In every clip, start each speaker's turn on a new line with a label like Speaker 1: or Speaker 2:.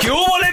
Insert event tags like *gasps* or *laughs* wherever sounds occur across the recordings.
Speaker 1: ¿Qué hubo, le,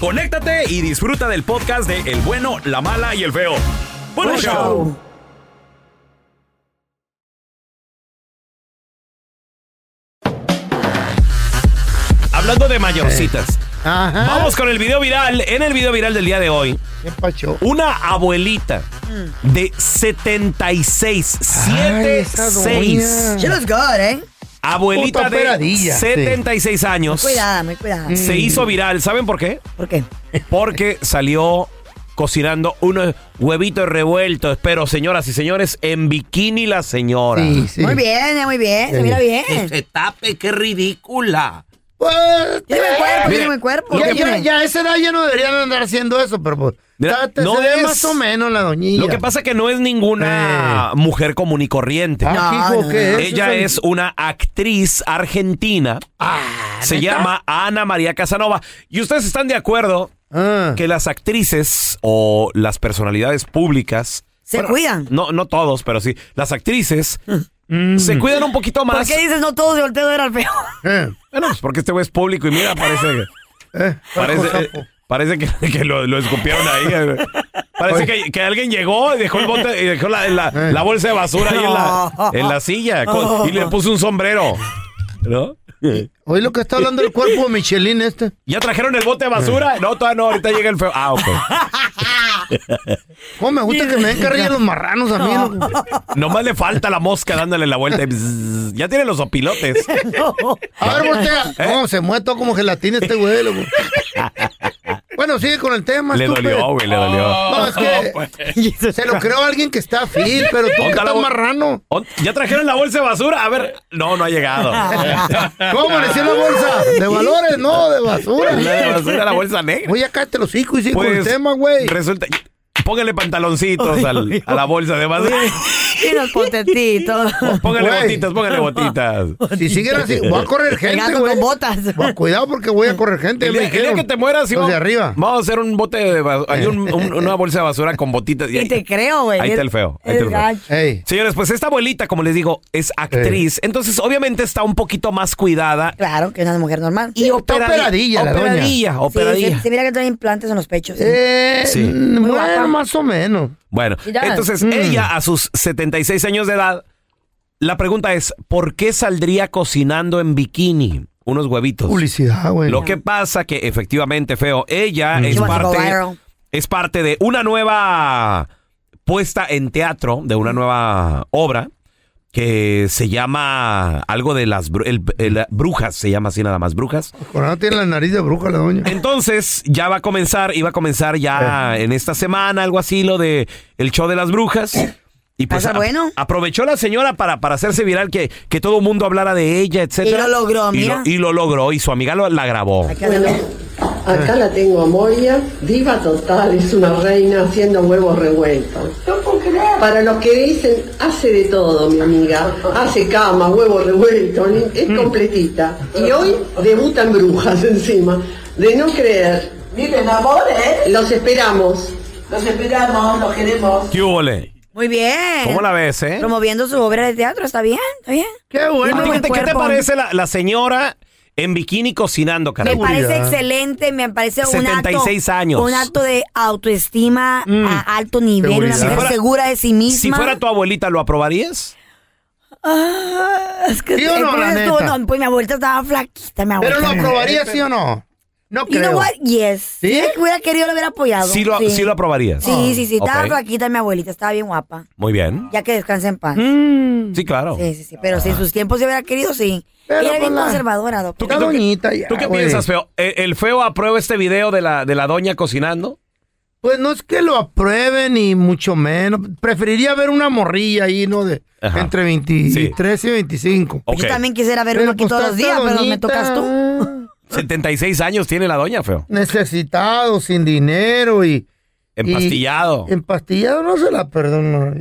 Speaker 1: conéctate y disfruta del podcast de El bueno, la mala y el feo. ¡Buen
Speaker 2: Buen
Speaker 1: show! Hablando de mayorcitas,
Speaker 2: Ajá.
Speaker 1: vamos con el video viral. En el video viral del día de hoy,
Speaker 2: ¿Qué pacho?
Speaker 1: una abuelita de 76,
Speaker 2: esa
Speaker 1: 76,
Speaker 2: doña.
Speaker 3: She looks good, ¿eh?
Speaker 1: abuelita
Speaker 2: Puta
Speaker 1: de
Speaker 2: operadilla, sí. Mm.
Speaker 1: 76 años, Mm.
Speaker 3: Cuidada, muy cuidada.
Speaker 1: se hizo viral. ¿Saben por qué?
Speaker 3: ¿Por qué?
Speaker 1: porque salió cocinando unos huevitos revueltos. Pero, señoras y señores, en bikini la señora.
Speaker 2: Sí, sí.
Speaker 3: Muy bien, eh, muy bien. Se mira bien.
Speaker 4: Que se tape, qué ridícula.
Speaker 2: Pues,
Speaker 3: Tiene buen cuerpo,
Speaker 1: Mira,
Speaker 3: tiene buen cuerpo.
Speaker 2: ya,
Speaker 3: ¿Qué
Speaker 2: ya,
Speaker 3: tiene?
Speaker 2: ya a esa edad ya no deberían andar haciendo eso, pero pues,
Speaker 1: Mira,
Speaker 2: está- te
Speaker 1: no
Speaker 2: se ve
Speaker 1: es-
Speaker 2: más o menos la doñilla.
Speaker 1: Lo que pasa que no es ninguna mujer común y corriente.
Speaker 2: Ah,
Speaker 3: No,
Speaker 2: hijo,
Speaker 3: no,
Speaker 2: ¿qué
Speaker 3: no.
Speaker 2: es?
Speaker 1: Ella es una actriz argentina.
Speaker 3: Ah,
Speaker 1: se llama Ana María Casanova. Y ustedes están de acuerdo
Speaker 2: Ah.
Speaker 1: que las actrices o las personalidades públicas.
Speaker 3: Se cuidan. Mm.
Speaker 1: No, no todos, pero sí. Las actrices se cuidan un poquito
Speaker 3: ¿Por
Speaker 1: más.
Speaker 3: qué dices no todos de volteo era el feo? *laughs*
Speaker 2: Eh,
Speaker 1: Bueno, pues porque este güey es público y mira, parece,
Speaker 2: eh, ojo,
Speaker 1: parece,
Speaker 2: sapo.
Speaker 1: eh, parece que, *laughs* que lo, lo escupieron ahí. eh, Parece que, que alguien llegó y dejó el bote, y dejó la, la-
Speaker 2: Eh.
Speaker 1: la bolsa de basura ahí
Speaker 3: *laughs*
Speaker 2: *laughs*
Speaker 1: en la, en la silla con- y le puso un sombrero.
Speaker 2: *laughs*
Speaker 1: ¿No?
Speaker 2: Hoy lo que está hablando el cuerpo de Michelin este.
Speaker 1: ¿Ya trajeron el bote de
Speaker 2: Eh.
Speaker 1: basura? No, todavía no, ahorita llega el feo.
Speaker 2: *laughs*
Speaker 1: Ah, ok.
Speaker 2: ¿Cómo me gusta que me den carrilla los marranos a mí? loco.
Speaker 1: Nomás le falta la mosca dándole la vuelta. y bzzz. ya tiene los opilotes.
Speaker 5: *laughs*
Speaker 1: Eh.
Speaker 2: A ver, voltea. No, se mueve todo como gelatina este güey, loco. Bueno, sigue con el tema.
Speaker 1: Le
Speaker 2: estúpido.
Speaker 1: dolió, güey, le dolió.
Speaker 2: No, es
Speaker 1: *laughs*
Speaker 2: que se lo creo a alguien que está fit, pero tú que
Speaker 1: Ponta la
Speaker 2: estás
Speaker 1: bo-
Speaker 2: marrano.
Speaker 1: Oh, ¿Ya trajeron la bolsa de basura? A ver, no, no ha *laughs* llegado.
Speaker 2: *laughs* ¿Cómo le hicieron la bolsa? ¿De valores? No, de
Speaker 1: La
Speaker 2: basura.
Speaker 1: de basura, la bolsa negra.
Speaker 2: Oye, acá te los hijos y sigue con el
Speaker 1: Pues,
Speaker 2: tema, güey.
Speaker 1: Resulta. Póngale pantaloncitos al-
Speaker 3: ay,
Speaker 1: a la bolsa de basura.
Speaker 3: Y los potetitos.
Speaker 1: Pues Póngale
Speaker 2: Güey.
Speaker 1: botitas, póngale botitas.
Speaker 2: Si siguen así, voy a correr gente,
Speaker 3: Pegando
Speaker 2: güey.
Speaker 3: con botas.
Speaker 2: Bueno, Cuidado porque voy a correr gente.
Speaker 1: El
Speaker 2: me
Speaker 1: día, el día
Speaker 2: dijeron.
Speaker 1: que te mueras, sí,
Speaker 2: Los
Speaker 1: vamos,
Speaker 2: de arriba.
Speaker 1: vamos a hacer un bote de basura. Hay un- un- una bolsa de basura con botitas.
Speaker 3: Y te creo, güey.
Speaker 1: Ahí está el feo, ahí
Speaker 3: Eres
Speaker 1: está el feo.
Speaker 3: gacho.
Speaker 2: Ey,
Speaker 1: Señores, pues esta abuelita, como les digo, es actriz. Entonces, obviamente está un poquito más cuidada.
Speaker 3: Claro, que una mujer normal.
Speaker 1: Y operadi-
Speaker 2: operadilla la doña.
Speaker 1: Operadilla,
Speaker 3: Sí,
Speaker 1: operadilla.
Speaker 3: se, se mira que trae implantes en los pechos.
Speaker 2: Eh,
Speaker 1: Sí.
Speaker 2: mm,
Speaker 3: Muy
Speaker 2: bueno,
Speaker 3: guapa.
Speaker 2: más o menos.
Speaker 1: Bueno,
Speaker 3: Y ya.
Speaker 1: entonces
Speaker 2: Mm.
Speaker 1: ella a sus 76 años de edad, la pregunta es, ¿por qué saldría cocinando en bikini unos huevitos?
Speaker 2: Publicidad, güey. Mm.
Speaker 1: Lo que pasa que efectivamente, feo, ella es
Speaker 3: She wants to go
Speaker 1: parte,
Speaker 3: viral.
Speaker 1: es parte de una nueva puesta en teatro, de una nueva obra que se llama algo de las bru- el- el- brujas, se llama así nada más, brujas.
Speaker 2: Por ahora tiene la nariz de bruja la doña.
Speaker 1: Entonces, ya va a comenzar, iba a comenzar ya en esta semana, algo así, lo de el show de las brujas. Y pues
Speaker 3: Eso
Speaker 1: a-
Speaker 3: bueno.
Speaker 1: aprovechó la señora para, para hacerse viral que, que todo el mundo hablara de ella, etc.
Speaker 3: Y lo logró, mira.
Speaker 1: Y lo, logró, y su amiga lo- la grabó.
Speaker 3: Hay que
Speaker 6: Bueno,
Speaker 3: hacerlo.
Speaker 6: acá la tengo a Moya, diva total, es una reina haciendo huevos revueltos. Para los que dicen, hace de todo, mi amiga. Hace cama, huevos revueltos, lim-
Speaker 2: Mm.
Speaker 6: es completita. Y hoy debutan brujas encima, de no creer.
Speaker 7: Miren, amores,
Speaker 6: Los esperamos.
Speaker 7: los esperamos, los queremos.
Speaker 1: ¿Qué hubo, le?
Speaker 3: Muy bien.
Speaker 1: ¿Cómo la ves, eh?
Speaker 3: Promoviendo su obra de teatro, ¿está bien? ¿Está bien?
Speaker 2: Qué
Speaker 3: bueno.
Speaker 1: Fíjate,
Speaker 3: buen
Speaker 1: ¿Qué te
Speaker 3: cuerpo.
Speaker 1: parece la, la señora en bikini cocinando,
Speaker 3: Me
Speaker 1: Karen?
Speaker 3: parece excelente, me parece un acto.
Speaker 1: 76 años. Mm.
Speaker 3: Un acto de autoestima a alto nivel, una
Speaker 2: Seguridad. Si
Speaker 3: mujer
Speaker 1: fuera-
Speaker 3: segura de sí misma.
Speaker 1: Si fuera tu abuelita, ¿lo aprobarías?
Speaker 3: Ah, es que
Speaker 2: ¿Sí o no,
Speaker 3: entonces
Speaker 2: la
Speaker 3: tú-
Speaker 2: neta?
Speaker 3: no, pues mi abuelita estaba flaquita, mi abuelita.
Speaker 2: Pero lo
Speaker 3: no.
Speaker 2: aprobaría, ¿sí o no? No
Speaker 3: You
Speaker 2: creo.
Speaker 3: know what? Yes.
Speaker 2: ¿Sí?
Speaker 3: Si él hubiera querido, lo hubiera apoyado.
Speaker 1: Sí lo, sí lo aprobarías.
Speaker 3: Sí, sí, sí, estaba
Speaker 1: Ok.
Speaker 3: flaquita mi abuelita, estaba bien guapa.
Speaker 1: Muy bien.
Speaker 3: Ya que descanse en
Speaker 1: Mm.
Speaker 3: paz.
Speaker 1: Sí, claro.
Speaker 3: Mm. Sí, sí, sí. Pero si en sus tiempos se hubiera querido, sí.
Speaker 2: Pero
Speaker 3: Ella era bien
Speaker 2: con la-
Speaker 3: conservadora, doctor.
Speaker 2: Está doñita ya,
Speaker 1: ¿Tú qué
Speaker 2: güey.
Speaker 1: piensas, feo? ¿El, el feo aprueba este video de la, de la doña cocinando?
Speaker 2: Pues no es que lo aprueben ni mucho menos. Preferiría ver una morrilla ahí, ¿no? De
Speaker 1: Ajá.
Speaker 2: entre 23 y 25.
Speaker 1: Ok.
Speaker 3: Yo también quisiera ver uno aquí
Speaker 2: pues,
Speaker 3: todos los
Speaker 2: está
Speaker 3: días, pero me
Speaker 2: doñita,
Speaker 3: tocas tú.
Speaker 4: *laughs*
Speaker 2: ah,
Speaker 1: 76 años tiene la doña, feo.
Speaker 2: Necesitado, sin dinero y...
Speaker 1: Empastillado.
Speaker 2: y-
Speaker 4: em,
Speaker 1: *laughs*
Speaker 2: empastillado no se la perdono.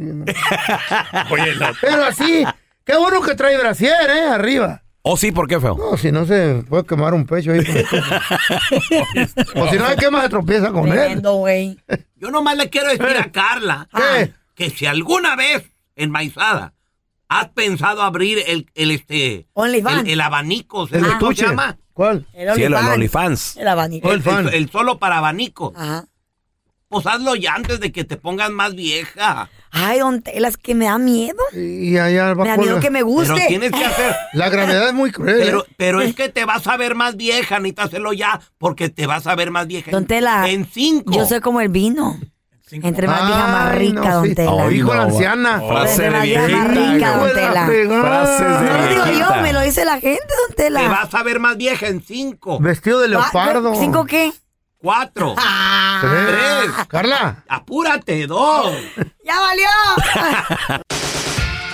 Speaker 2: Pero así, qué bueno que trae brasier, ¿eh? Arriba.
Speaker 1: ¿O Oh, sí? ¿Por qué, feo?
Speaker 2: No, si no se puede quemar un pecho ahí.
Speaker 1: *laughs*
Speaker 2: o si no se quema, se tropieza con él.
Speaker 3: Tremendo, güey.
Speaker 4: Yo nomás le quiero decir a Carla
Speaker 2: Eh.
Speaker 4: que
Speaker 2: ¿Qué?
Speaker 4: si alguna vez en Maizada has pensado abrir el, el este
Speaker 3: OnlyFans.
Speaker 4: el, el abanico, ¿se
Speaker 3: Ah,
Speaker 2: ¿El
Speaker 4: ¿cómo
Speaker 2: estuche?
Speaker 4: se llama?
Speaker 2: ¿Cuál?
Speaker 3: El
Speaker 1: Cielo, el
Speaker 3: OnlyFans.
Speaker 1: OnlyFans.
Speaker 3: El abanico.
Speaker 4: El, el- el solo para abanico.
Speaker 3: Ajá.
Speaker 4: Pues hazlo ya antes de que te pongas más vieja.
Speaker 3: Ay, don Telas, que me da miedo.
Speaker 2: Y allá va
Speaker 3: Me
Speaker 2: a
Speaker 3: da miedo que me guste.
Speaker 4: Pero tienes que hacer.
Speaker 2: *laughs* La gravedad es muy cruel. ¿eh?
Speaker 4: Pero, pero es que te vas a ver más vieja, necesitas hacerlo ya, porque te vas a ver más vieja. en-
Speaker 3: Don Tela.
Speaker 4: En cinco.
Speaker 3: Yo soy como el vino. Entre más vieja, más
Speaker 2: Ay,
Speaker 3: rica,
Speaker 2: no,
Speaker 3: don
Speaker 2: sí.
Speaker 3: Tela.
Speaker 2: Oh,
Speaker 1: Ay,
Speaker 2: hijo
Speaker 1: no,
Speaker 2: la
Speaker 1: va.
Speaker 2: anciana.
Speaker 1: Frase
Speaker 3: Ay,
Speaker 1: de
Speaker 3: me vaya
Speaker 1: viejita.
Speaker 3: más rica,
Speaker 1: güey.
Speaker 3: don Tela.
Speaker 1: Frases de
Speaker 3: No lo digo
Speaker 1: viejita.
Speaker 3: yo, me lo dice la gente, don Tela.
Speaker 4: Te vas a ver más vieja en cinco,
Speaker 2: Vestido de leopardo.
Speaker 3: Va- ¿Cinco qué?
Speaker 4: cuatro, tres.
Speaker 2: Carla.
Speaker 4: Apúrate, dos.
Speaker 3: ¡Ya valió!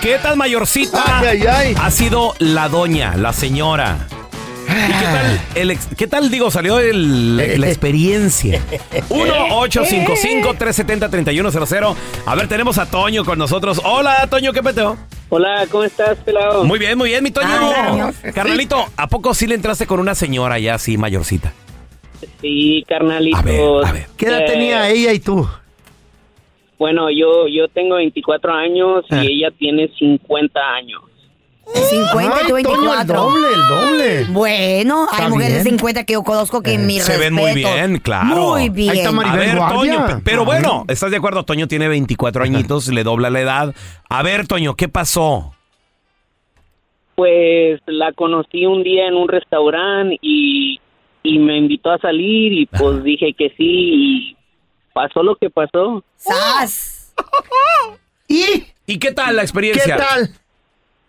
Speaker 1: ¿Qué tan mayorcita
Speaker 2: Ay, ay, ay.
Speaker 1: ha sido la doña, la señora? ¿Y qué tal, el ex- qué tal, digo, salió el- la,
Speaker 2: *laughs*
Speaker 1: la experiencia?
Speaker 2: Eh,
Speaker 1: 1-855-370-3100. A ver, tenemos a Toño con nosotros. Hola, Toño, ¿qué peteo?
Speaker 5: Hola, ¿cómo estás, pelado?
Speaker 1: Muy bien, muy bien, mi Toño.
Speaker 5: Ah,
Speaker 3: Ay,
Speaker 1: Carnalito, ¿a poco sí le entraste con una señora ya así, mayorcita?
Speaker 5: Sí, carnalito.
Speaker 1: A ver, a ver.
Speaker 2: ¿Qué edad
Speaker 5: Eh,
Speaker 2: tenía ella y tú?
Speaker 5: Bueno, yo yo tengo 24 años y
Speaker 2: Ah.
Speaker 5: ella tiene 50 años.
Speaker 3: 50 y tú
Speaker 2: Ay, Toño, el
Speaker 3: 24.
Speaker 2: doble, el doble.
Speaker 3: Bueno, hay
Speaker 2: Está
Speaker 3: mujeres
Speaker 2: bien. Eh,
Speaker 3: de 50 que yo conozco que mi
Speaker 1: se ven muy
Speaker 3: respeto.
Speaker 1: bien, claro.
Speaker 3: Muy bien.
Speaker 2: Ahí está
Speaker 1: A
Speaker 2: Maribel
Speaker 1: ver,
Speaker 2: Guardia.
Speaker 1: Toño, pe- pero
Speaker 2: Ah,
Speaker 1: bueno, ¿estás de acuerdo? Toño tiene 24 añitos, le dobla la edad. A ver, Toño, ¿qué pasó?
Speaker 5: Pues la conocí un día en un restaurante y, y me invitó a salir y pues dije que sí y pasó lo que pasó.
Speaker 3: ¡Sas!
Speaker 2: ¿Y
Speaker 1: ¿Y qué tal la
Speaker 2: qué
Speaker 1: experiencia?
Speaker 2: tal?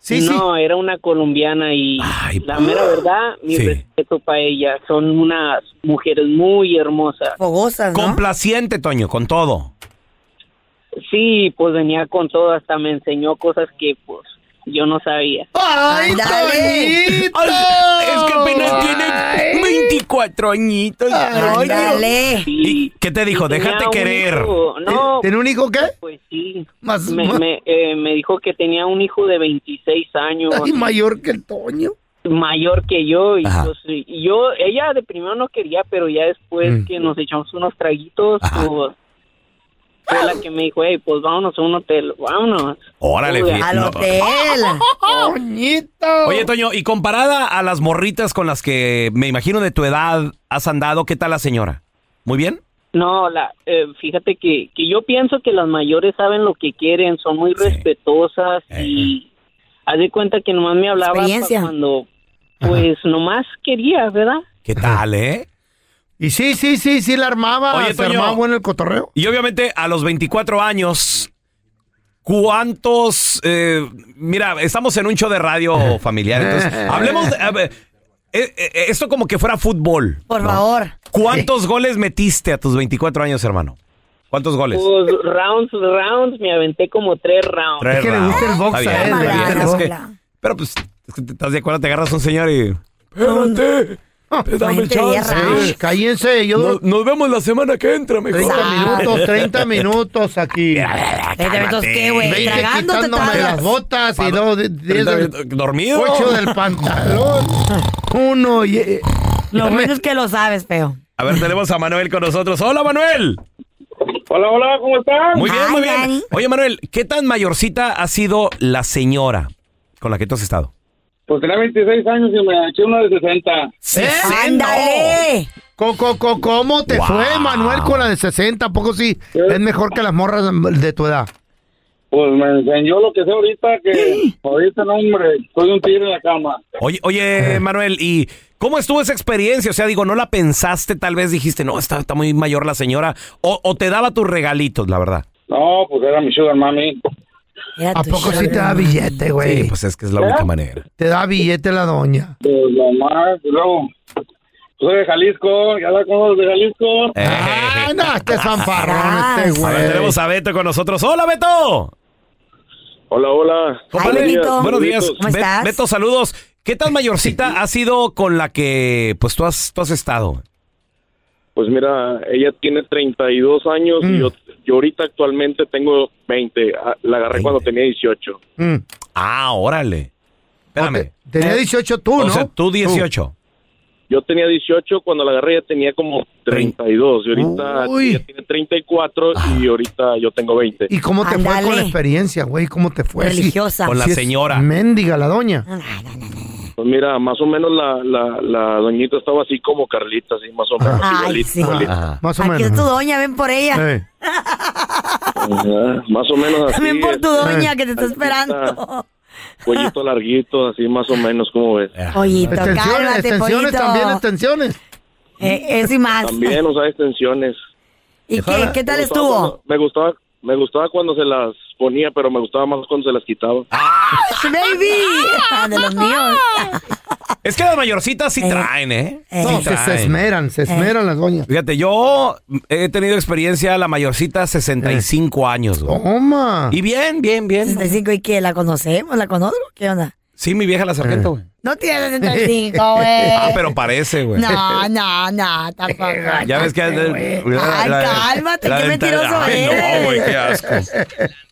Speaker 2: Sí, sí.
Speaker 5: no, era una colombiana y
Speaker 1: Ay, ¡ah!
Speaker 5: la mera verdad, mi
Speaker 1: Sí.
Speaker 5: respeto para ella. Son unas mujeres muy hermosas.
Speaker 3: Fogosas, ¿no?
Speaker 1: Complaciente, Toño, con todo.
Speaker 5: Sí, pues venía con todo, hasta me enseñó cosas que pues yo no sabía.
Speaker 2: *laughs* ¡Ay,
Speaker 3: Ándale.
Speaker 2: Toñito! Ah.
Speaker 1: es que apenas tiene 24 añitos.
Speaker 3: Ándale.
Speaker 5: Sí.
Speaker 1: ¿Y qué te dijo?
Speaker 5: Y tenía
Speaker 1: Déjate
Speaker 5: un
Speaker 1: querer.
Speaker 5: hijo. No,
Speaker 2: ¿Tiene un hijo qué?
Speaker 5: pues sí.
Speaker 2: Más-
Speaker 5: me,
Speaker 2: más-
Speaker 5: me, eh, me dijo que tenía un hijo de 26 años,
Speaker 2: Ay, mayor que el Toño.
Speaker 5: mayor que yo. Y
Speaker 1: Ajá.
Speaker 5: yo, sí- y yo- ella de primero no quería, pero ya después que nos echamos unos traguitos,
Speaker 1: Mm. Ajá.
Speaker 5: pues, fue la que me dijo, hey, pues vámonos a un hotel, vámonos.
Speaker 1: Órale,
Speaker 5: Uy,
Speaker 1: fie-
Speaker 3: Al
Speaker 1: no.
Speaker 3: hotel. Oh.
Speaker 2: ¡Toñito!
Speaker 1: Oye, Toño, y comparada a las morritas con las que me imagino de tu edad has andado, ¿qué tal la señora? ¿Muy bien?
Speaker 5: No, la, eh, fíjate que, que yo pienso que las mayores saben lo que quieren, son muy
Speaker 1: Sí.
Speaker 5: respetuosas
Speaker 1: Eh.
Speaker 5: y haz de cuenta que nomás me hablaba pa'
Speaker 3: Experiencia.
Speaker 5: cuando pues nomás quería, ¿verdad?
Speaker 1: ¿Qué tal, eh?
Speaker 2: Y sí, sí, sí, sí la armaba.
Speaker 1: Oye,
Speaker 2: se
Speaker 1: Toño.
Speaker 2: armaba bueno el cotorreo.
Speaker 1: Y obviamente a los 24 años, ¿cuántos? eh, mira, estamos en un show
Speaker 2: *laughs*
Speaker 1: de radio familiar, entonces hablemos de... a ver, eh, eh, esto como que fuera fútbol.
Speaker 3: Por
Speaker 1: ¿no?
Speaker 3: favor.
Speaker 1: ¿Cuántos goles metiste a tus 24 años, hermano? ¿Cuántos goles?
Speaker 5: Pues rounds, rounds, me aventé como tres rounds.
Speaker 1: Tres
Speaker 2: que le
Speaker 1: rounds.
Speaker 2: gusta el ¿eh? box
Speaker 1: Está
Speaker 2: a
Speaker 1: bien,
Speaker 2: él,
Speaker 1: está
Speaker 2: le gusta
Speaker 1: bien.
Speaker 2: el
Speaker 1: Es
Speaker 2: box.
Speaker 1: que- Pero pues, es que te- estás de acuerdo, te agarras a un señor y...
Speaker 8: Espérate, dame
Speaker 3: Entre diez
Speaker 8: chance.
Speaker 3: rounds.
Speaker 2: Ey, cállense, yo
Speaker 8: No- nos vemos la semana que entra, mejor.
Speaker 2: 30 minutos, 30 minutos aquí.
Speaker 3: Entonces, ¿qué, güey?
Speaker 2: Veinte
Speaker 3: Tragándote
Speaker 2: quitándome las
Speaker 3: tardas.
Speaker 2: botas y dos, de- diez
Speaker 1: Está
Speaker 2: del
Speaker 1: bien, *laughs* ¿Dormido?
Speaker 2: ocho del pantalón. Uno y... eh,
Speaker 3: Lo bueno es que lo sabes, feo.
Speaker 1: A ver, tenemos a Manuel con nosotros. ¡Hola, Manuel!
Speaker 5: Hola, hola, ¿cómo están?
Speaker 1: Muy bien,
Speaker 3: Ay,
Speaker 1: muy bien.
Speaker 3: Dani.
Speaker 1: Oye, Manuel, ¿qué tan mayorcita ha sido la señora con la que tú has estado?
Speaker 5: Pues tenía 26 años y me eché una de
Speaker 2: ¿Eh?
Speaker 5: 60.
Speaker 1: ¡Sesenta!
Speaker 3: ¡Ándale!
Speaker 2: co- co- co- ¿Cómo te
Speaker 1: Wow.
Speaker 2: fue, Manuel, con la de 60? ¿A poco sí? Es mejor que las morras de tu edad.
Speaker 5: Pues me enseñó lo que sé ahorita, que ahorita no, hombre, soy un tigre en la cama.
Speaker 1: Oye,
Speaker 2: Eh.
Speaker 1: oye, Manuel, ¿y cómo estuvo esa experiencia? O sea, digo, ¿no la pensaste? Tal vez dijiste, no, está, está muy mayor la señora. O, o te daba tus regalitos, la verdad.
Speaker 5: No, pues era mi sugar mami.
Speaker 3: Era
Speaker 2: ¿A
Speaker 3: tu
Speaker 2: poco sí
Speaker 3: sugar
Speaker 2: te da
Speaker 3: mami.
Speaker 2: billete, güey?
Speaker 1: Sí, pues es que es la única manera.
Speaker 2: Te da billete la doña.
Speaker 5: Pues lo más, luego, pues soy de Jalisco, ya la conozco de Jalisco.
Speaker 1: Eh,
Speaker 2: Ah, no, este
Speaker 3: Ah,
Speaker 2: zamparrón, este
Speaker 1: a ver,
Speaker 2: güey.
Speaker 1: tenemos a Beto con nosotros. ¡Hola, Beto!
Speaker 5: Hola, hola.
Speaker 3: Ay,
Speaker 1: Compadre,
Speaker 3: Benito.
Speaker 1: Buenos días.
Speaker 3: ¿Cómo
Speaker 1: Be-
Speaker 3: estás?
Speaker 1: Beto, saludos. ¿Qué tan mayorcita ha sido con la que pues tú has, tú has estado?
Speaker 5: Pues mira, ella tiene 32 años y yo, yo ahorita actualmente tengo 20. Ah, La agarré
Speaker 1: 20.
Speaker 5: cuando tenía 18.
Speaker 2: Mm.
Speaker 1: Ah, órale. Espérame.
Speaker 2: Tenía 18 tú, ¿no?
Speaker 1: O sea, tú 18.
Speaker 5: Yo tenía 18, cuando la agarré ya tenía como 32. Y ahorita
Speaker 2: Uy.
Speaker 5: ella tiene 34 y ahorita yo tengo 20.
Speaker 2: ¿Y cómo te fue con la
Speaker 3: Ándale.
Speaker 2: experiencia, güey? ¿Cómo te fue? Sí.
Speaker 3: Religiosa.
Speaker 1: Con la
Speaker 2: Sí es
Speaker 1: señora.
Speaker 2: Mendiga la doña.
Speaker 5: Pues mira, más o menos la, la, la doñita estaba así como Carlita, así más o menos.
Speaker 3: Ay,
Speaker 5: igualita,
Speaker 3: sí.
Speaker 5: igualita.
Speaker 1: Ajá.
Speaker 2: Más o
Speaker 3: Aquí es tu
Speaker 2: menos.
Speaker 3: doña, ven por ella.
Speaker 2: Eh.
Speaker 5: Ajá, Más o menos así.
Speaker 3: Ven por tu
Speaker 5: este,
Speaker 3: doña que te está
Speaker 5: Aquí está.
Speaker 3: esperando.
Speaker 5: Cuellito larguito, así más o menos, como ves?
Speaker 3: Pollito,
Speaker 2: Extensiones,
Speaker 3: cálmate,
Speaker 2: extensiones
Speaker 3: pollito.
Speaker 2: también, extensiones.
Speaker 3: Eh, eso y más.
Speaker 5: También usaba extensiones.
Speaker 3: ¿Y qué, qué tal
Speaker 5: Me gustaba
Speaker 3: estuvo?
Speaker 5: cuando- Me gustaba, me gustaba cuando se las ponía, pero me gustaba más cuando se las quitaba.
Speaker 1: Ah,
Speaker 3: ¡Baby! Ah, De los míos.
Speaker 1: Es que las mayorcitas Ah, sí
Speaker 3: Eh,
Speaker 1: traen, ¿eh?
Speaker 3: eh.
Speaker 1: Sí
Speaker 2: No, se, se
Speaker 1: traen.
Speaker 2: esmeran,
Speaker 1: Eh.
Speaker 2: se esmeran las doñas.
Speaker 1: Fíjate, yo he tenido experiencia la mayorcita 65
Speaker 2: Eh.
Speaker 1: años, güey.
Speaker 2: Toma.
Speaker 1: Y bien, bien, bien.
Speaker 3: 65 y qué, ¿la conocemos? ¿La conozco? ¿Qué onda?
Speaker 1: Sí, mi vieja la sargento, güey.
Speaker 3: No
Speaker 1: *laughs*
Speaker 3: tiene 65, güey.
Speaker 1: Ah, pero parece, güey.
Speaker 3: No, no, no, tampoco.
Speaker 1: Ya ves que... Ay,
Speaker 3: Ay, cálmate, qué mentiroso
Speaker 1: No,
Speaker 3: eres.
Speaker 1: güey, qué asco.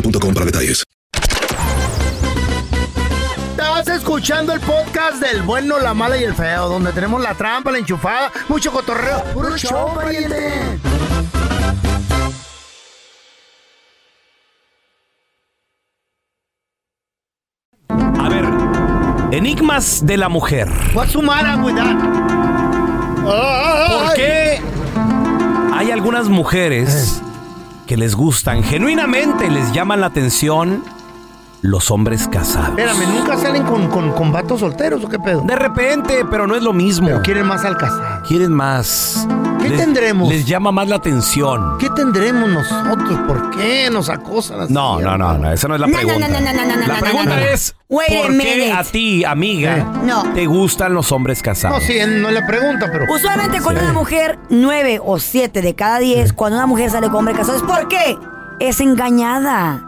Speaker 9: para detalles.
Speaker 2: Estás escuchando el podcast del bueno, la mala y el feo, donde tenemos la trampa, la enchufada, mucho cotorreo. ¡Puro show, pariente!
Speaker 1: A ver, enigmas de la mujer.
Speaker 2: What's the matter with that?
Speaker 1: ¿Por qué hay algunas mujeres que les gustan, genuinamente les llaman la atención los hombres casados?
Speaker 2: Espérame, ¿nunca salen con, con, con vatos solteros o qué pedo?
Speaker 1: De repente, pero no es lo mismo.
Speaker 2: Pero quieren más al casado.
Speaker 1: Quieren más.
Speaker 2: ¿Qué tendremos?
Speaker 1: Les llama más la atención.
Speaker 2: ¿Qué tendremos nosotros? nosotros? ¿Por qué nos acosan así?
Speaker 1: No, no, no, no, esa no es la
Speaker 2: No, no,
Speaker 1: pregunta.
Speaker 2: no, no, no, no, no,
Speaker 1: la
Speaker 2: no,
Speaker 1: pregunta
Speaker 2: no, no.
Speaker 1: es, ¿por
Speaker 2: Wait a
Speaker 1: qué
Speaker 2: minute.
Speaker 1: a ti, amiga, te gustan los hombres casados?
Speaker 2: No, sí, él no le pregunta, pero.
Speaker 3: Usualmente con
Speaker 1: Sí.
Speaker 3: una mujer, nueve o siete de cada diez, cuando una mujer sale con hombre casado, ¿es por qué? Es engañada.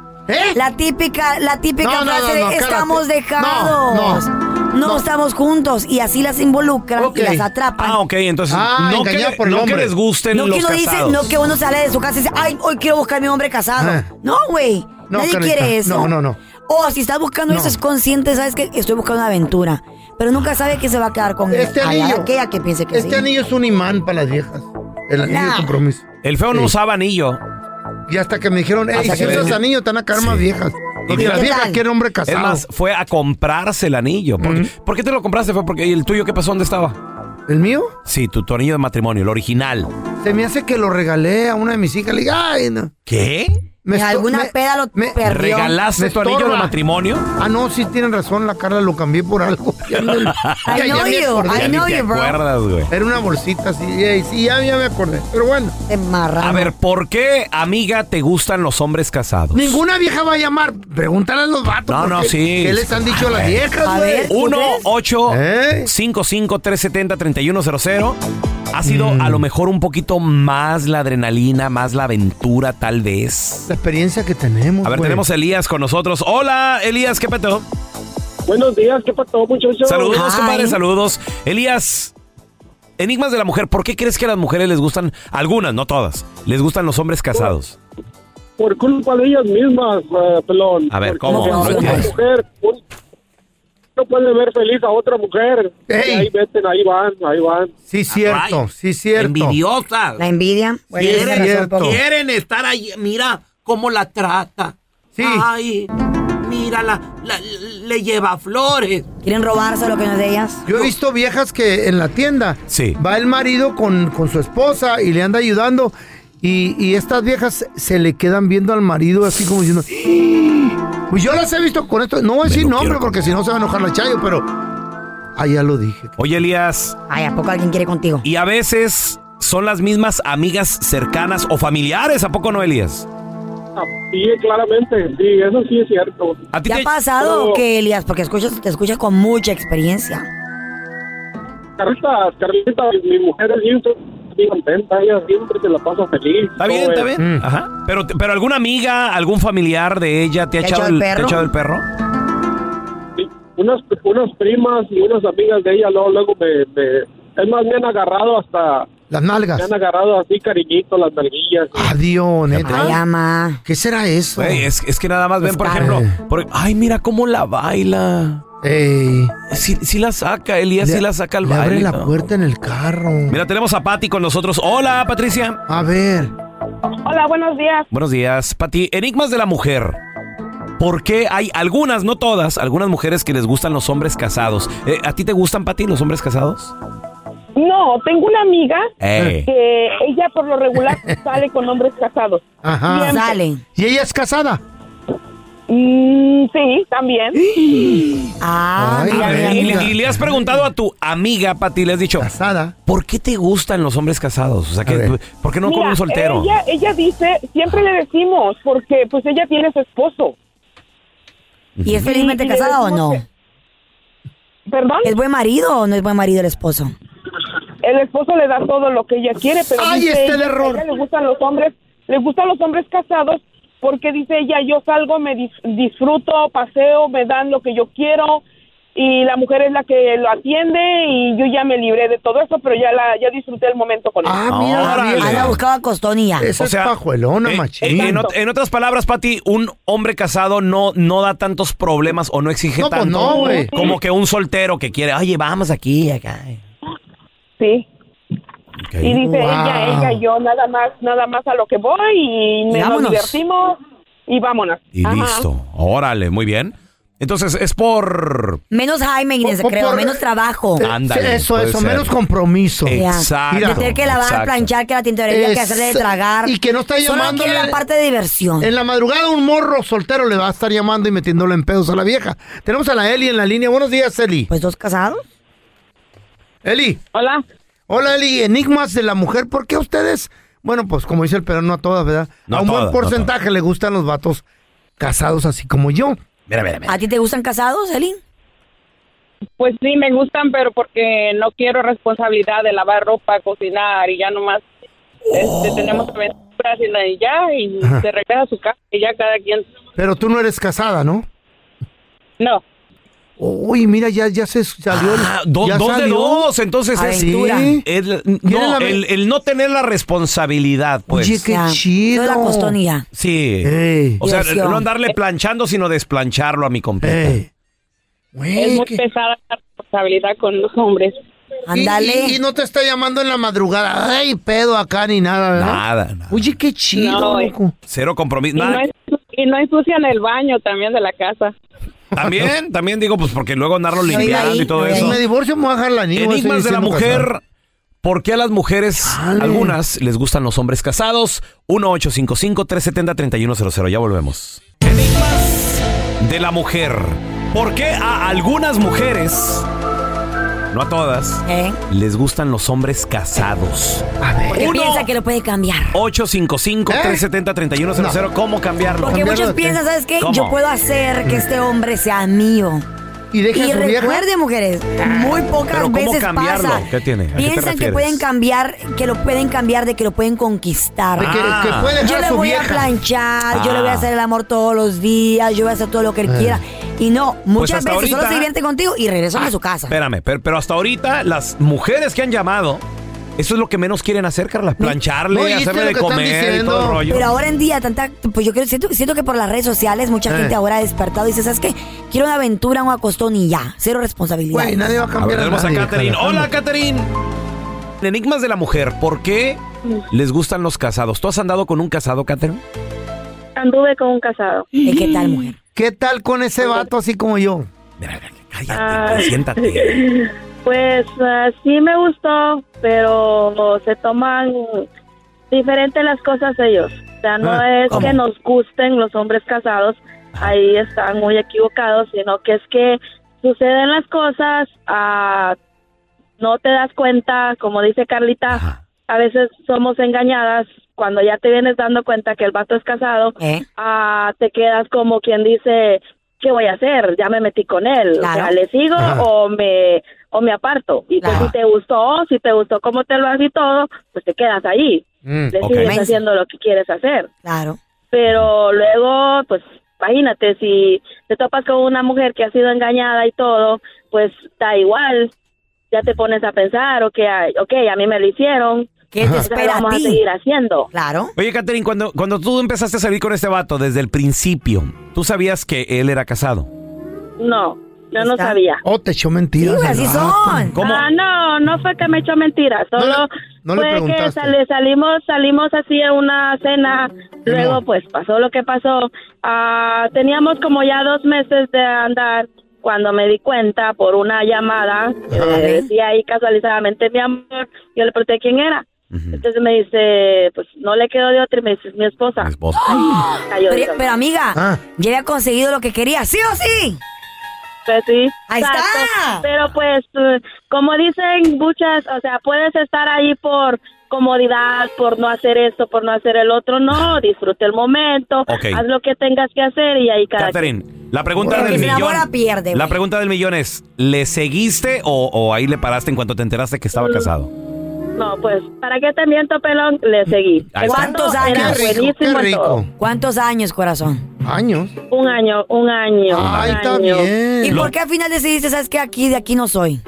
Speaker 3: La típica, la típica
Speaker 2: ¿Eh? No, no,
Speaker 3: frase
Speaker 2: no, no,
Speaker 3: de
Speaker 2: cálmate.
Speaker 3: estamos dejados.
Speaker 2: No,
Speaker 3: No, estamos juntos. Y así las involucran y las atrapan.
Speaker 1: Ah, ok, entonces
Speaker 3: Ah,
Speaker 1: no, que,
Speaker 3: engañado por el
Speaker 1: no que
Speaker 3: hombre.
Speaker 1: les gusten
Speaker 3: No
Speaker 1: los
Speaker 3: que uno dice,
Speaker 1: casados.
Speaker 3: no que uno sale de su casa y dice, ay, hoy quiero buscar a mi hombre casado.
Speaker 1: Ah.
Speaker 3: No, güey.
Speaker 2: No,
Speaker 3: Nadie
Speaker 2: Carlita,
Speaker 3: quiere eso.
Speaker 2: no, no, no.
Speaker 3: O si estás buscando eso, es consciente, sabes que estoy buscando una aventura. Pero nunca sabe que se va a quedar con
Speaker 2: Este
Speaker 3: a la-
Speaker 2: anillo.
Speaker 3: aquella que piense que
Speaker 2: Este
Speaker 3: sí.
Speaker 2: anillo es un imán para las viejas. El anillo de
Speaker 3: Nah.
Speaker 2: compromiso.
Speaker 1: El feo no
Speaker 2: Sí.
Speaker 1: usaba anillo.
Speaker 2: Y hasta que me dijeron, hey,
Speaker 1: Hasta
Speaker 2: si
Speaker 1: que le-
Speaker 2: usas anillo, te van a caer más viejas. Porque
Speaker 1: mira,
Speaker 2: las
Speaker 1: ¿qué
Speaker 2: viejas
Speaker 1: tal?
Speaker 2: quieren hombre
Speaker 1: Es
Speaker 2: casado.
Speaker 1: más, fue a comprarse el anillo. ¿Por, ¿por qué te lo compraste? Fue porque ¿y el tuyo qué pasó? ¿Dónde estaba?
Speaker 2: ¿El mío?
Speaker 1: Sí, tu, tu anillo de matrimonio, el original.
Speaker 2: Se me hace que lo regalé a una de mis hijas. Le dije, ay, no.
Speaker 1: ¿Qué?
Speaker 2: Me
Speaker 3: En
Speaker 2: esto-
Speaker 3: alguna
Speaker 2: me-
Speaker 3: peda lo perdió.
Speaker 1: ¿Regalaste
Speaker 2: Me
Speaker 1: tu anillo de
Speaker 2: estorba.
Speaker 1: matrimonio?
Speaker 2: Ah, no, sí tienen razón, la Carla lo cambié por algo. Ya no- ya-
Speaker 3: *laughs* I
Speaker 2: ya
Speaker 3: know
Speaker 2: me
Speaker 3: you,
Speaker 2: acordé.
Speaker 3: I
Speaker 2: Ya ni
Speaker 3: know
Speaker 2: te
Speaker 3: you, bro.
Speaker 1: acuerdas, güey.
Speaker 2: Era una bolsita así, y- sí, ya, ya me acordé. Pero bueno. Ah,
Speaker 1: A ver, ¿por qué, amiga, te gustan los hombres casados?
Speaker 2: Ninguna vieja va a llamar. Pregúntale a los vatos.
Speaker 1: No,
Speaker 2: ¿por
Speaker 1: no,
Speaker 2: qué?
Speaker 1: sí.
Speaker 2: ¿Qué les han dicho las
Speaker 1: ver.
Speaker 2: viejas, güey? ¿Eh?
Speaker 1: 1 8 55 370 3100 Ha sido
Speaker 2: Mm.
Speaker 1: a lo mejor un poquito más la adrenalina, más la aventura, tal vez.
Speaker 2: La experiencia que tenemos.
Speaker 1: A ver,
Speaker 2: güey.
Speaker 1: tenemos a Elías con nosotros. Hola, Elías, ¿qué peto?
Speaker 10: Buenos días, ¿qué pasó,
Speaker 5: Pues
Speaker 10: muchachos?
Speaker 1: Saludos, compadre, saludos. Elías, enigmas de la mujer. ¿Por qué crees que a las mujeres les gustan, algunas, no todas, les gustan los hombres casados?
Speaker 10: Por culpa de ellas mismas, eh, pelón.
Speaker 1: A ver,
Speaker 10: Porque
Speaker 1: ¿cómo?
Speaker 10: una
Speaker 1: No entiendo.
Speaker 10: mujer un- no puede ver feliz a otra mujer.
Speaker 2: Ey.
Speaker 10: Y Ahí meten, ahí van, ahí van.
Speaker 2: Sí, cierto, sí, cierto.
Speaker 4: Envidiosas.
Speaker 3: La envidia. Bueno,
Speaker 2: es
Speaker 4: quieren,
Speaker 2: cierto.
Speaker 4: quieren estar ahí. Mira cómo la trata.
Speaker 2: Sí.
Speaker 4: Ay, mira, la, la- le lleva flores.
Speaker 3: Quieren robarse lo que no es de ellas.
Speaker 2: Yo he visto viejas que en la tienda va el marido con, con su esposa y le anda ayudando. Y, y estas viejas se le quedan viendo al marido así como diciendo. "Ah". Pues yo las he visto con esto. No voy a decir nombre porque si no se va a enojar la chayo, pero. Ah, ya lo dije.
Speaker 1: Oye, Elías.
Speaker 3: Ay, ¿a poco alguien quiere contigo?
Speaker 1: Y a veces son las mismas amigas cercanas o familiares, ¿a poco no, Elías?
Speaker 10: Ah, Sí, claramente, sí, eso sí es cierto.
Speaker 1: ¿A
Speaker 3: ¿Te ha pasado o qué, Elias? Porque escuchas, te escuchas con mucha experiencia.
Speaker 10: Carlita, Carlita, mi mujer es siempre bien contenta, ella siempre se la pasa feliz.
Speaker 1: Está bien, está bien.
Speaker 2: Mm.
Speaker 1: Ajá. Pero, pero alguna amiga, algún familiar de ella te ha, echado, el, te ha echado el perro?
Speaker 10: unas, unas primas y unas amigas de ella luego, luego me, me- es más me han agarrado hasta
Speaker 2: Las nalgas.
Speaker 10: me han agarrado así cariñito las nalguillas
Speaker 2: Adiós,
Speaker 10: ¿Ah?
Speaker 2: neta.
Speaker 3: Ay, ama.
Speaker 2: ¿Qué será eso?
Speaker 1: Güey, es, es que nada más ven, por
Speaker 2: Pues,
Speaker 1: ejemplo,
Speaker 2: ah.
Speaker 1: por- ay, mira cómo la baila. Sí, sí la saca, Elías sí
Speaker 2: Le-
Speaker 1: la saca al
Speaker 2: le abre
Speaker 1: baile.
Speaker 2: la
Speaker 1: ¿no?
Speaker 2: puerta en el carro.
Speaker 1: Mira, tenemos a Pati con nosotros. Hola, Patricia.
Speaker 2: A ver.
Speaker 11: Hola, buenos días.
Speaker 1: Buenos días, Pati. Enigmas de la mujer. ¿Por qué hay algunas, no todas, algunas mujeres que les gustan los hombres casados? Eh, ¿A ti te gustan, Pati, los hombres casados? Eh.
Speaker 11: No, tengo una amiga Eh.
Speaker 2: Eh.
Speaker 1: Ey.
Speaker 11: que ella por lo
Speaker 2: *laughs*
Speaker 11: regular sale con hombres casados.
Speaker 2: Ajá.
Speaker 11: Siempre.
Speaker 2: Ah. ¿Y ella es casada?
Speaker 11: Mm, sí,
Speaker 2: *gasps*
Speaker 11: también.
Speaker 3: Ah,
Speaker 1: A ver, y, le- y le has preguntado a tu amiga, Pati, le has dicho, ¿por qué te gustan los hombres casados? O sea, que- ¿por qué no con
Speaker 11: Mira,
Speaker 1: un soltero?
Speaker 11: Ella, ella dice, siempre le decimos, porque pues ella tiene su esposo.
Speaker 3: ¿Y es felizmente
Speaker 11: Y- y le
Speaker 3: casada o
Speaker 11: decimos
Speaker 3: no?
Speaker 11: ¿Perdón?
Speaker 3: ¿Es buen marido o no es buen marido el esposo?
Speaker 11: que El esposo le da todo lo que ella quiere, pero
Speaker 3: Ahí
Speaker 11: dice
Speaker 3: está el
Speaker 11: ella que a
Speaker 3: error.
Speaker 11: ella le gustan los hombres, le gustan los hombres casados porque dice ella, yo salgo, me dis- disfruto, paseo, me dan lo que yo quiero y la mujer es la que lo atiende y yo ya me libré de todo eso, pero ya la ya disfruté el momento con ella.
Speaker 3: Ah,
Speaker 1: Órale.
Speaker 3: Ana buscaba costón y ya.
Speaker 2: Esa es pajuelona,
Speaker 1: eh,
Speaker 2: machín.
Speaker 1: En, ot- en otras palabras, Pati, un hombre casado no, no da tantos problemas o no exige
Speaker 2: No, pues
Speaker 1: tanto
Speaker 2: no, güey.
Speaker 1: como que un soltero que quiere, oye, vamos aquí, acá.
Speaker 11: Sí. Y dice
Speaker 1: Wow.
Speaker 11: ella, ella, yo nada más, nada más a lo que voy y
Speaker 1: Y
Speaker 11: me- nos
Speaker 1: vámonos.
Speaker 11: divertimos y vámonos.
Speaker 1: Y
Speaker 11: Ajá.
Speaker 1: listo. Órale, muy bien. Entonces, es por...
Speaker 3: Menos Jaime, Inés,
Speaker 2: O- o
Speaker 3: creo,
Speaker 2: por- eh,
Speaker 3: menos trabajo.
Speaker 1: Ándale,
Speaker 2: Eso,
Speaker 1: puede
Speaker 2: eso,
Speaker 1: ser.
Speaker 2: menos compromiso.
Speaker 3: Ya.
Speaker 1: Exacto,
Speaker 3: De tener que lavar,
Speaker 1: exacto.
Speaker 3: planchar, que la tintorería, que hacerle de
Speaker 2: Exa-
Speaker 3: tragar.
Speaker 2: Y que no está
Speaker 3: Solo
Speaker 2: llamándole-
Speaker 3: quiere la parte de diversión.
Speaker 2: En la madrugada un morro soltero le va a estar llamando y metiéndole en pedos a la vieja. Tenemos a la Eli en la línea. Buenos días, Eli.
Speaker 3: Pues dos casados.
Speaker 2: Eli.
Speaker 11: Hola.
Speaker 2: Hola, Eli. Enigmas de la mujer. ¿Por qué ustedes Bueno, pues como dice el Pedro, no a todas, ¿verdad?
Speaker 1: No
Speaker 2: a un
Speaker 1: todas, no
Speaker 2: buen porcentaje le gustan los vatos casados así como yo.
Speaker 1: Mira, mira,
Speaker 3: ¿A ti te gustan casados, Elin?
Speaker 11: Pues sí, me gustan, pero porque no quiero responsabilidad de lavar ropa, cocinar y ya nomás este, tenemos aventuras y la- y ya, y
Speaker 2: Ajá.
Speaker 11: se regresa a su casa y ya cada quien.
Speaker 2: Pero tú no eres casada, ¿no?
Speaker 11: No.
Speaker 2: Uy, mira, ya, ya se salió. el-
Speaker 1: Ah, Do-
Speaker 2: ya
Speaker 1: dos de
Speaker 2: salió.
Speaker 1: dos, entonces es,
Speaker 2: Aventura.
Speaker 1: Sí. el-
Speaker 2: Tiene
Speaker 1: no,
Speaker 2: la-
Speaker 1: el, el no tener la responsabilidad, pues.
Speaker 3: Oye, qué Ya. chido. Yo la costón y ya.
Speaker 1: Sí. O sea,
Speaker 3: Diversión.
Speaker 1: no andarle planchando, sino desplancharlo a mi compadre.
Speaker 11: es muy pesada la responsabilidad con los hombres.
Speaker 2: Y, y- y no te está llamando en la madrugada. Ay, pedo acá ni nada, ¿verdad?
Speaker 1: Nada, nada.
Speaker 2: Oye, qué chido,
Speaker 11: No, eh.
Speaker 2: loco.
Speaker 1: Cero compromiso.
Speaker 11: Y
Speaker 1: Nada.
Speaker 11: no, es- y no ensucian el baño también de la casa.
Speaker 1: También, también digo, pues porque luego andarlo limpiando y todo
Speaker 2: Si
Speaker 1: eso.
Speaker 2: me divorcio, me voy a dejar la niña. voy a
Speaker 1: Enigmas
Speaker 2: seguir
Speaker 1: de la
Speaker 2: siendo
Speaker 1: mujer.
Speaker 2: casado.
Speaker 1: ¿Por qué a las mujeres, algunas, les gustan los hombres casados? 1-855-370-3100. Ya volvemos. Enigmas de la mujer. ¿Por qué a algunas mujeres, no a todas,
Speaker 3: ¿Eh?
Speaker 1: les gustan los hombres casados?
Speaker 3: Porque piensa que lo puede cambiar.
Speaker 1: 855-370-3100. ¿Cómo cambiarlo?
Speaker 3: Porque muchos piensan, ¿sabes qué?
Speaker 1: ¿Cómo?
Speaker 3: Yo puedo hacer que este hombre sea mío.
Speaker 2: Y
Speaker 1: deje a su vieja?
Speaker 3: recuerde, mujeres, muy pocas
Speaker 1: ¿Pero cómo
Speaker 3: veces
Speaker 1: cambiarlo?
Speaker 3: pasa.
Speaker 1: ¿Qué tiene? ¿A qué te
Speaker 3: Piensan que
Speaker 1: refieres?
Speaker 3: pueden cambiar, que lo pueden cambiar de que lo pueden conquistar.
Speaker 1: De que- que puede dejar
Speaker 3: yo
Speaker 1: a
Speaker 3: le
Speaker 1: su
Speaker 3: voy a
Speaker 1: vieja.
Speaker 3: planchar, yo le voy a
Speaker 1: Ah.
Speaker 3: hacer el amor todos los días, yo voy a hacer todo lo que él
Speaker 1: Eh. Pues
Speaker 3: quiera. Y no, muchas
Speaker 1: hasta
Speaker 3: veces solo
Speaker 1: ahorita-
Speaker 3: se
Speaker 1: ¿eh?
Speaker 3: divierte contigo y regresan a su casa.
Speaker 1: Espérame, pero, pero hasta ahorita las mujeres que han llamado, eso es lo que menos quieren hacer, Carla. Plancharle,
Speaker 3: No, ¿oíste
Speaker 1: hacerle
Speaker 3: lo
Speaker 1: de
Speaker 3: que están
Speaker 1: comer y
Speaker 3: diciendo?
Speaker 1: todo el rollo.
Speaker 3: Pero ahora en día, tanta, pues yo creo, siento, siento que por las redes sociales mucha
Speaker 1: Eh.
Speaker 3: gente ahora ha despertado y dice, ¿sabes qué? Quiero una aventura, un acostón y ya. Cero responsabilidad.
Speaker 2: Güey, nadie va a
Speaker 1: A ver,
Speaker 2: cambiar a,
Speaker 1: tenemos a
Speaker 2: nadie,
Speaker 1: Catherine.
Speaker 2: Alejandro.
Speaker 1: Hola, Catherine. Enigmas de la mujer. ¿Por qué les gustan los casados? ¿Tú has andado con un casado, Catherine?
Speaker 12: Anduve con un casado.
Speaker 3: ¿Y qué tal, mujer?
Speaker 2: ¿Qué tal con ese vato así como yo?
Speaker 12: Ah,
Speaker 1: Siéntate.
Speaker 12: pues ah, sí me gustó, pero se toman diferente las cosas ellos. O sea, no
Speaker 13: Ah,
Speaker 12: es
Speaker 13: ¿cómo?
Speaker 12: que nos gusten los hombres casados, ahí están muy equivocados, sino que es que suceden las cosas, ah, no te das cuenta, como dice Carlita, a veces somos engañadas. Cuando ya te vienes dando cuenta que el vato es casado,
Speaker 3: ¿Eh?
Speaker 12: ah, te quedas como quien dice, ¿qué voy a hacer? Ya me metí con él. O sea,
Speaker 3: Claro.
Speaker 12: ¿le sigo
Speaker 3: Ajá.
Speaker 12: o me o me aparto? Y pues,
Speaker 3: Claro.
Speaker 12: si te gustó, si te gustó cómo te lo hace y todo, pues te quedas ahí.
Speaker 3: Mm,
Speaker 12: le
Speaker 3: ok.
Speaker 12: sigues haciendo lo que quieres hacer.
Speaker 3: Claro.
Speaker 12: Pero luego, pues imagínate, si te topas con una mujer que ha sido engañada y todo, pues da igual. Ya te pones a pensar, ok, ay, okay a mí me lo hicieron.
Speaker 3: ¿Qué
Speaker 1: te
Speaker 3: espera a
Speaker 12: vamos a
Speaker 3: ti?
Speaker 12: seguir haciendo.
Speaker 3: Claro.
Speaker 1: Oye, Catherine, cuando, cuando tú empezaste a salir con este vato desde el principio, ¿tú sabías que él era casado?
Speaker 12: No, yo no sabía.
Speaker 2: Oh, te echó mentiras. el vato.
Speaker 12: Ah, no, no fue que me echó mentiras. Solo
Speaker 2: no le
Speaker 12: fue que
Speaker 2: preguntaste.
Speaker 12: sale- salimos, salimos así a una cena. Luego, pues pasó lo que pasó. Ah, teníamos como ya dos meses de andar cuando me di cuenta por una llamada. que
Speaker 14: Ajá.
Speaker 12: decía ahí casualizadamente, mi amor. Yo le pregunté quién era. Entonces me dice, pues no le quedó de otra. Y me dice, "Es mi esposa.
Speaker 3: *gasps*
Speaker 12: Ahí cayó de
Speaker 3: Pero,
Speaker 12: cabeza.
Speaker 3: pero, amiga,
Speaker 2: Ah.
Speaker 3: ya había conseguido lo que quería, ¿sí o sí?
Speaker 12: Pues sí.
Speaker 3: Ahí está.
Speaker 12: Exacto. Pero pues, eh, como dicen muchas, o sea, puedes estar ahí por comodidad, por no hacer esto, por no hacer el otro. No, disfruta el momento,
Speaker 1: Ok.
Speaker 12: haz lo que tengas que hacer y ahí cada
Speaker 1: Catherine, la pregunta
Speaker 12: Porque
Speaker 1: del
Speaker 12: se
Speaker 1: millón.
Speaker 12: enamora, pierde,
Speaker 1: la
Speaker 12: güey.
Speaker 1: pregunta del millón es: ¿le seguiste o, o ahí le paraste en cuanto te enteraste que
Speaker 3: Uh,
Speaker 1: estaba casado?
Speaker 12: quien- No, pues, ¿para qué te miento, pelón? Le seguí.
Speaker 1: Ahí está.
Speaker 3: ¿Cuántos
Speaker 12: Era
Speaker 3: años?
Speaker 12: buenísimo en todo.
Speaker 3: ¿Cuántos años, corazón?
Speaker 2: Años. Ah,
Speaker 12: Un año, un año.
Speaker 3: Ay,
Speaker 12: un año.
Speaker 3: ¿Y por qué al final decidiste, sabes qué? Aquí, de aquí no soy?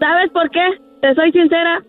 Speaker 12: ¿Sabes por qué? Te soy sincera.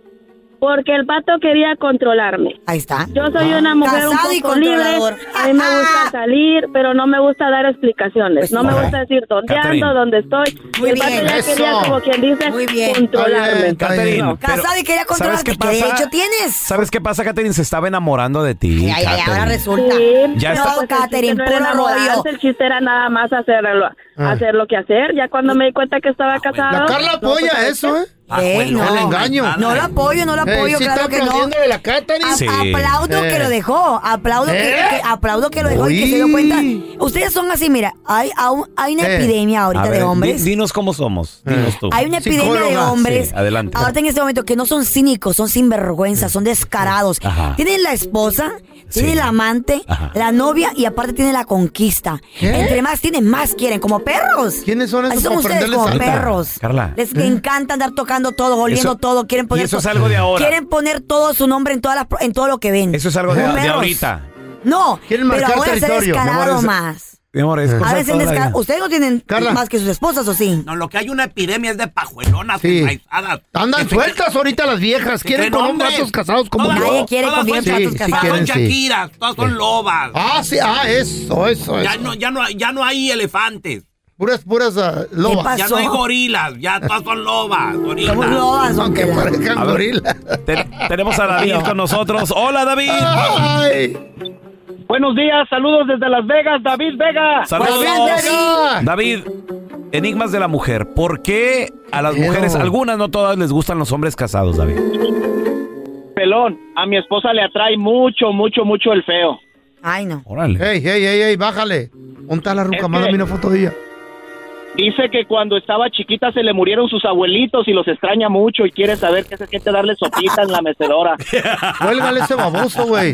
Speaker 12: Porque el pato quería controlarme.
Speaker 3: Ahí está.
Speaker 12: Yo soy
Speaker 3: Ah.
Speaker 12: una mujer
Speaker 3: Casado
Speaker 12: un
Speaker 3: y
Speaker 12: poco libre.
Speaker 3: controlador. Ah,
Speaker 12: A mí me gusta salir, pero no me gusta dar explicaciones. no me
Speaker 3: ok.
Speaker 12: gusta decir dónde
Speaker 1: Catherine.
Speaker 12: ando, dónde estoy.
Speaker 3: Pues Muy
Speaker 12: el pato
Speaker 3: bien.
Speaker 12: ya quería,
Speaker 3: Eso.
Speaker 12: como quien dice,
Speaker 3: Muy bien.
Speaker 12: controlarme.
Speaker 1: Catherine, pero-
Speaker 3: Casado y quería
Speaker 1: ¿sabes
Speaker 3: controlarte.
Speaker 1: qué
Speaker 3: ¿Qué, de
Speaker 1: pasa?
Speaker 3: hecho tienes?
Speaker 1: ¿Sabes qué pasa, Catherine? Se estaba enamorando de ti.
Speaker 3: Ay, ay, ay, ahora
Speaker 1: Catherine.
Speaker 3: resulta.
Speaker 1: Ya
Speaker 12: pero
Speaker 1: está-
Speaker 12: pues el chiste
Speaker 3: Catherine,
Speaker 12: no era
Speaker 3: puro
Speaker 12: enamorarse,
Speaker 3: rollo.
Speaker 12: El chiste era nada
Speaker 2: Ah.
Speaker 12: más hacerlo, hacer lo que hacer. Ya cuando me di cuenta que estaba casado.
Speaker 3: pues,
Speaker 2: La Carla apoya eso, ¿eh?
Speaker 3: Eh, no,
Speaker 2: El engaño.
Speaker 3: no lo apoyo, no lo
Speaker 2: Eh,
Speaker 3: apoyo,
Speaker 2: sí
Speaker 3: claro
Speaker 2: está
Speaker 3: que no.
Speaker 2: aplaudiéndole la Katherine.
Speaker 3: A-
Speaker 2: Sí.
Speaker 3: Aplaudo
Speaker 2: Eh.
Speaker 3: que lo dejó, aplaudo que,
Speaker 2: ¿Eh?
Speaker 3: que- aplaudo que lo dejó y que se dio cuenta. Ustedes son así, mira, hay, aún- hay una
Speaker 1: Eh.
Speaker 3: epidemia ahorita
Speaker 1: A ver,
Speaker 3: de hombres.
Speaker 1: di- dinos cómo somos.
Speaker 2: Eh.
Speaker 1: Dinos tú.
Speaker 3: Hay una epidemia de hombres.
Speaker 1: Sí, adelante.
Speaker 3: Ahorita en este momento que no son cínicos, son sinvergüenzas, son descarados.
Speaker 1: Ajá.
Speaker 3: Tienen la esposa, tienen la amante, la novia y aparte tienen la conquista. Entre más tienen, más quieren, como perros.
Speaker 2: ¿Quiénes son esos
Speaker 3: Así son
Speaker 2: para
Speaker 3: ustedes
Speaker 2: prenderles
Speaker 3: como
Speaker 2: alta?
Speaker 3: perros.
Speaker 1: Carla. ¿Eh?
Speaker 3: Les encanta andar tocando todo, oliendo
Speaker 1: Eso-
Speaker 3: todo, quieren poner
Speaker 1: y eso es
Speaker 3: to-
Speaker 1: algo de ahora.
Speaker 3: Quieren poner todo su nombre en todas las pro- en todo lo que ven.
Speaker 1: Eso es algo de,
Speaker 3: Son
Speaker 1: de
Speaker 3: perros.
Speaker 1: ahorita.
Speaker 3: No,
Speaker 1: Quieren
Speaker 3: pero
Speaker 1: marcar
Speaker 3: ahora se
Speaker 1: territorio.
Speaker 3: descarado
Speaker 1: Ahora se-
Speaker 3: más.
Speaker 1: Mi amor,
Speaker 2: Eh.
Speaker 1: es cosa
Speaker 3: Ahora se
Speaker 1: toda la
Speaker 3: descarado.
Speaker 1: vida.
Speaker 3: Ustedes no tienen
Speaker 1: Eh. Carla.
Speaker 3: más que sus esposas, ¿o sí?
Speaker 4: No, lo que hay una epidemia es de pajuelonas
Speaker 2: Sí.
Speaker 4: enraizadas.
Speaker 2: Andan sueltas ahorita las viejas. Quieren
Speaker 4: Quieren
Speaker 2: con un
Speaker 4: hombres.
Speaker 2: vatos casados como
Speaker 4: Todas-
Speaker 2: yo.
Speaker 4: Nadie quiere todas con son- bien
Speaker 2: Sí,
Speaker 4: vatos
Speaker 2: sí
Speaker 4: casados.
Speaker 2: quieren,
Speaker 4: Son
Speaker 2: sí.
Speaker 4: Shakiras, todas son lobas.
Speaker 2: Ah, sí, ah, eso, eso,
Speaker 4: Ya
Speaker 2: eso.
Speaker 4: no, ya no, ya no hay elefantes.
Speaker 2: Puras, puras ah, lobas.
Speaker 4: Ya no hay gorilas, ya
Speaker 2: *laughs*
Speaker 4: todas son lobas. Gorilas.
Speaker 2: Somos lobas, aunque Aunque parezcan
Speaker 1: A ver, te- tenemos a David con nosotros. Hola, David.
Speaker 13: Buenos días, saludos desde Las Vegas, David Vega.
Speaker 1: Saludos. David, enigmas de la mujer. ¿Por qué a las mujeres, algunas, no todas, les gustan los hombres casados, David?
Speaker 13: Pelón, a mi esposa le atrae mucho, mucho, mucho el feo.
Speaker 3: Ay, no.
Speaker 1: Órale.
Speaker 2: Ey, ey, ey, ey, bájale. Ponta la ruca,
Speaker 13: que-
Speaker 2: mándame una foto de ella.
Speaker 13: Dice que cuando estaba chiquita se le murieron sus abuelitos y los extraña mucho y quiere saber qué se siente darle sopita en la
Speaker 1: *laughs*
Speaker 13: mecedora.
Speaker 2: Cuélgale ese baboso, güey.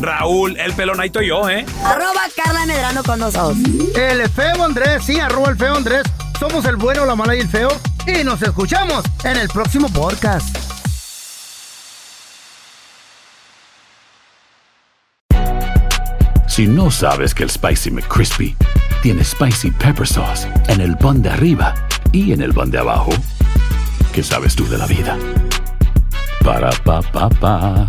Speaker 1: Raúl el Pelón, ahí estoy yo, ¿eh?
Speaker 3: Arroba Carla Medrano con nosotros.
Speaker 2: El feo Andrés, sí, arroba el feo Andrés. Somos el bueno, la mala y el feo. Y nos escuchamos en el próximo podcast.
Speaker 15: Si no sabes que el Spicy McCrispy tiene Spicy Pepper Sauce en el pan de arriba y en el pan de abajo, ¿qué sabes tú de la vida? Para, pa, pa, pa.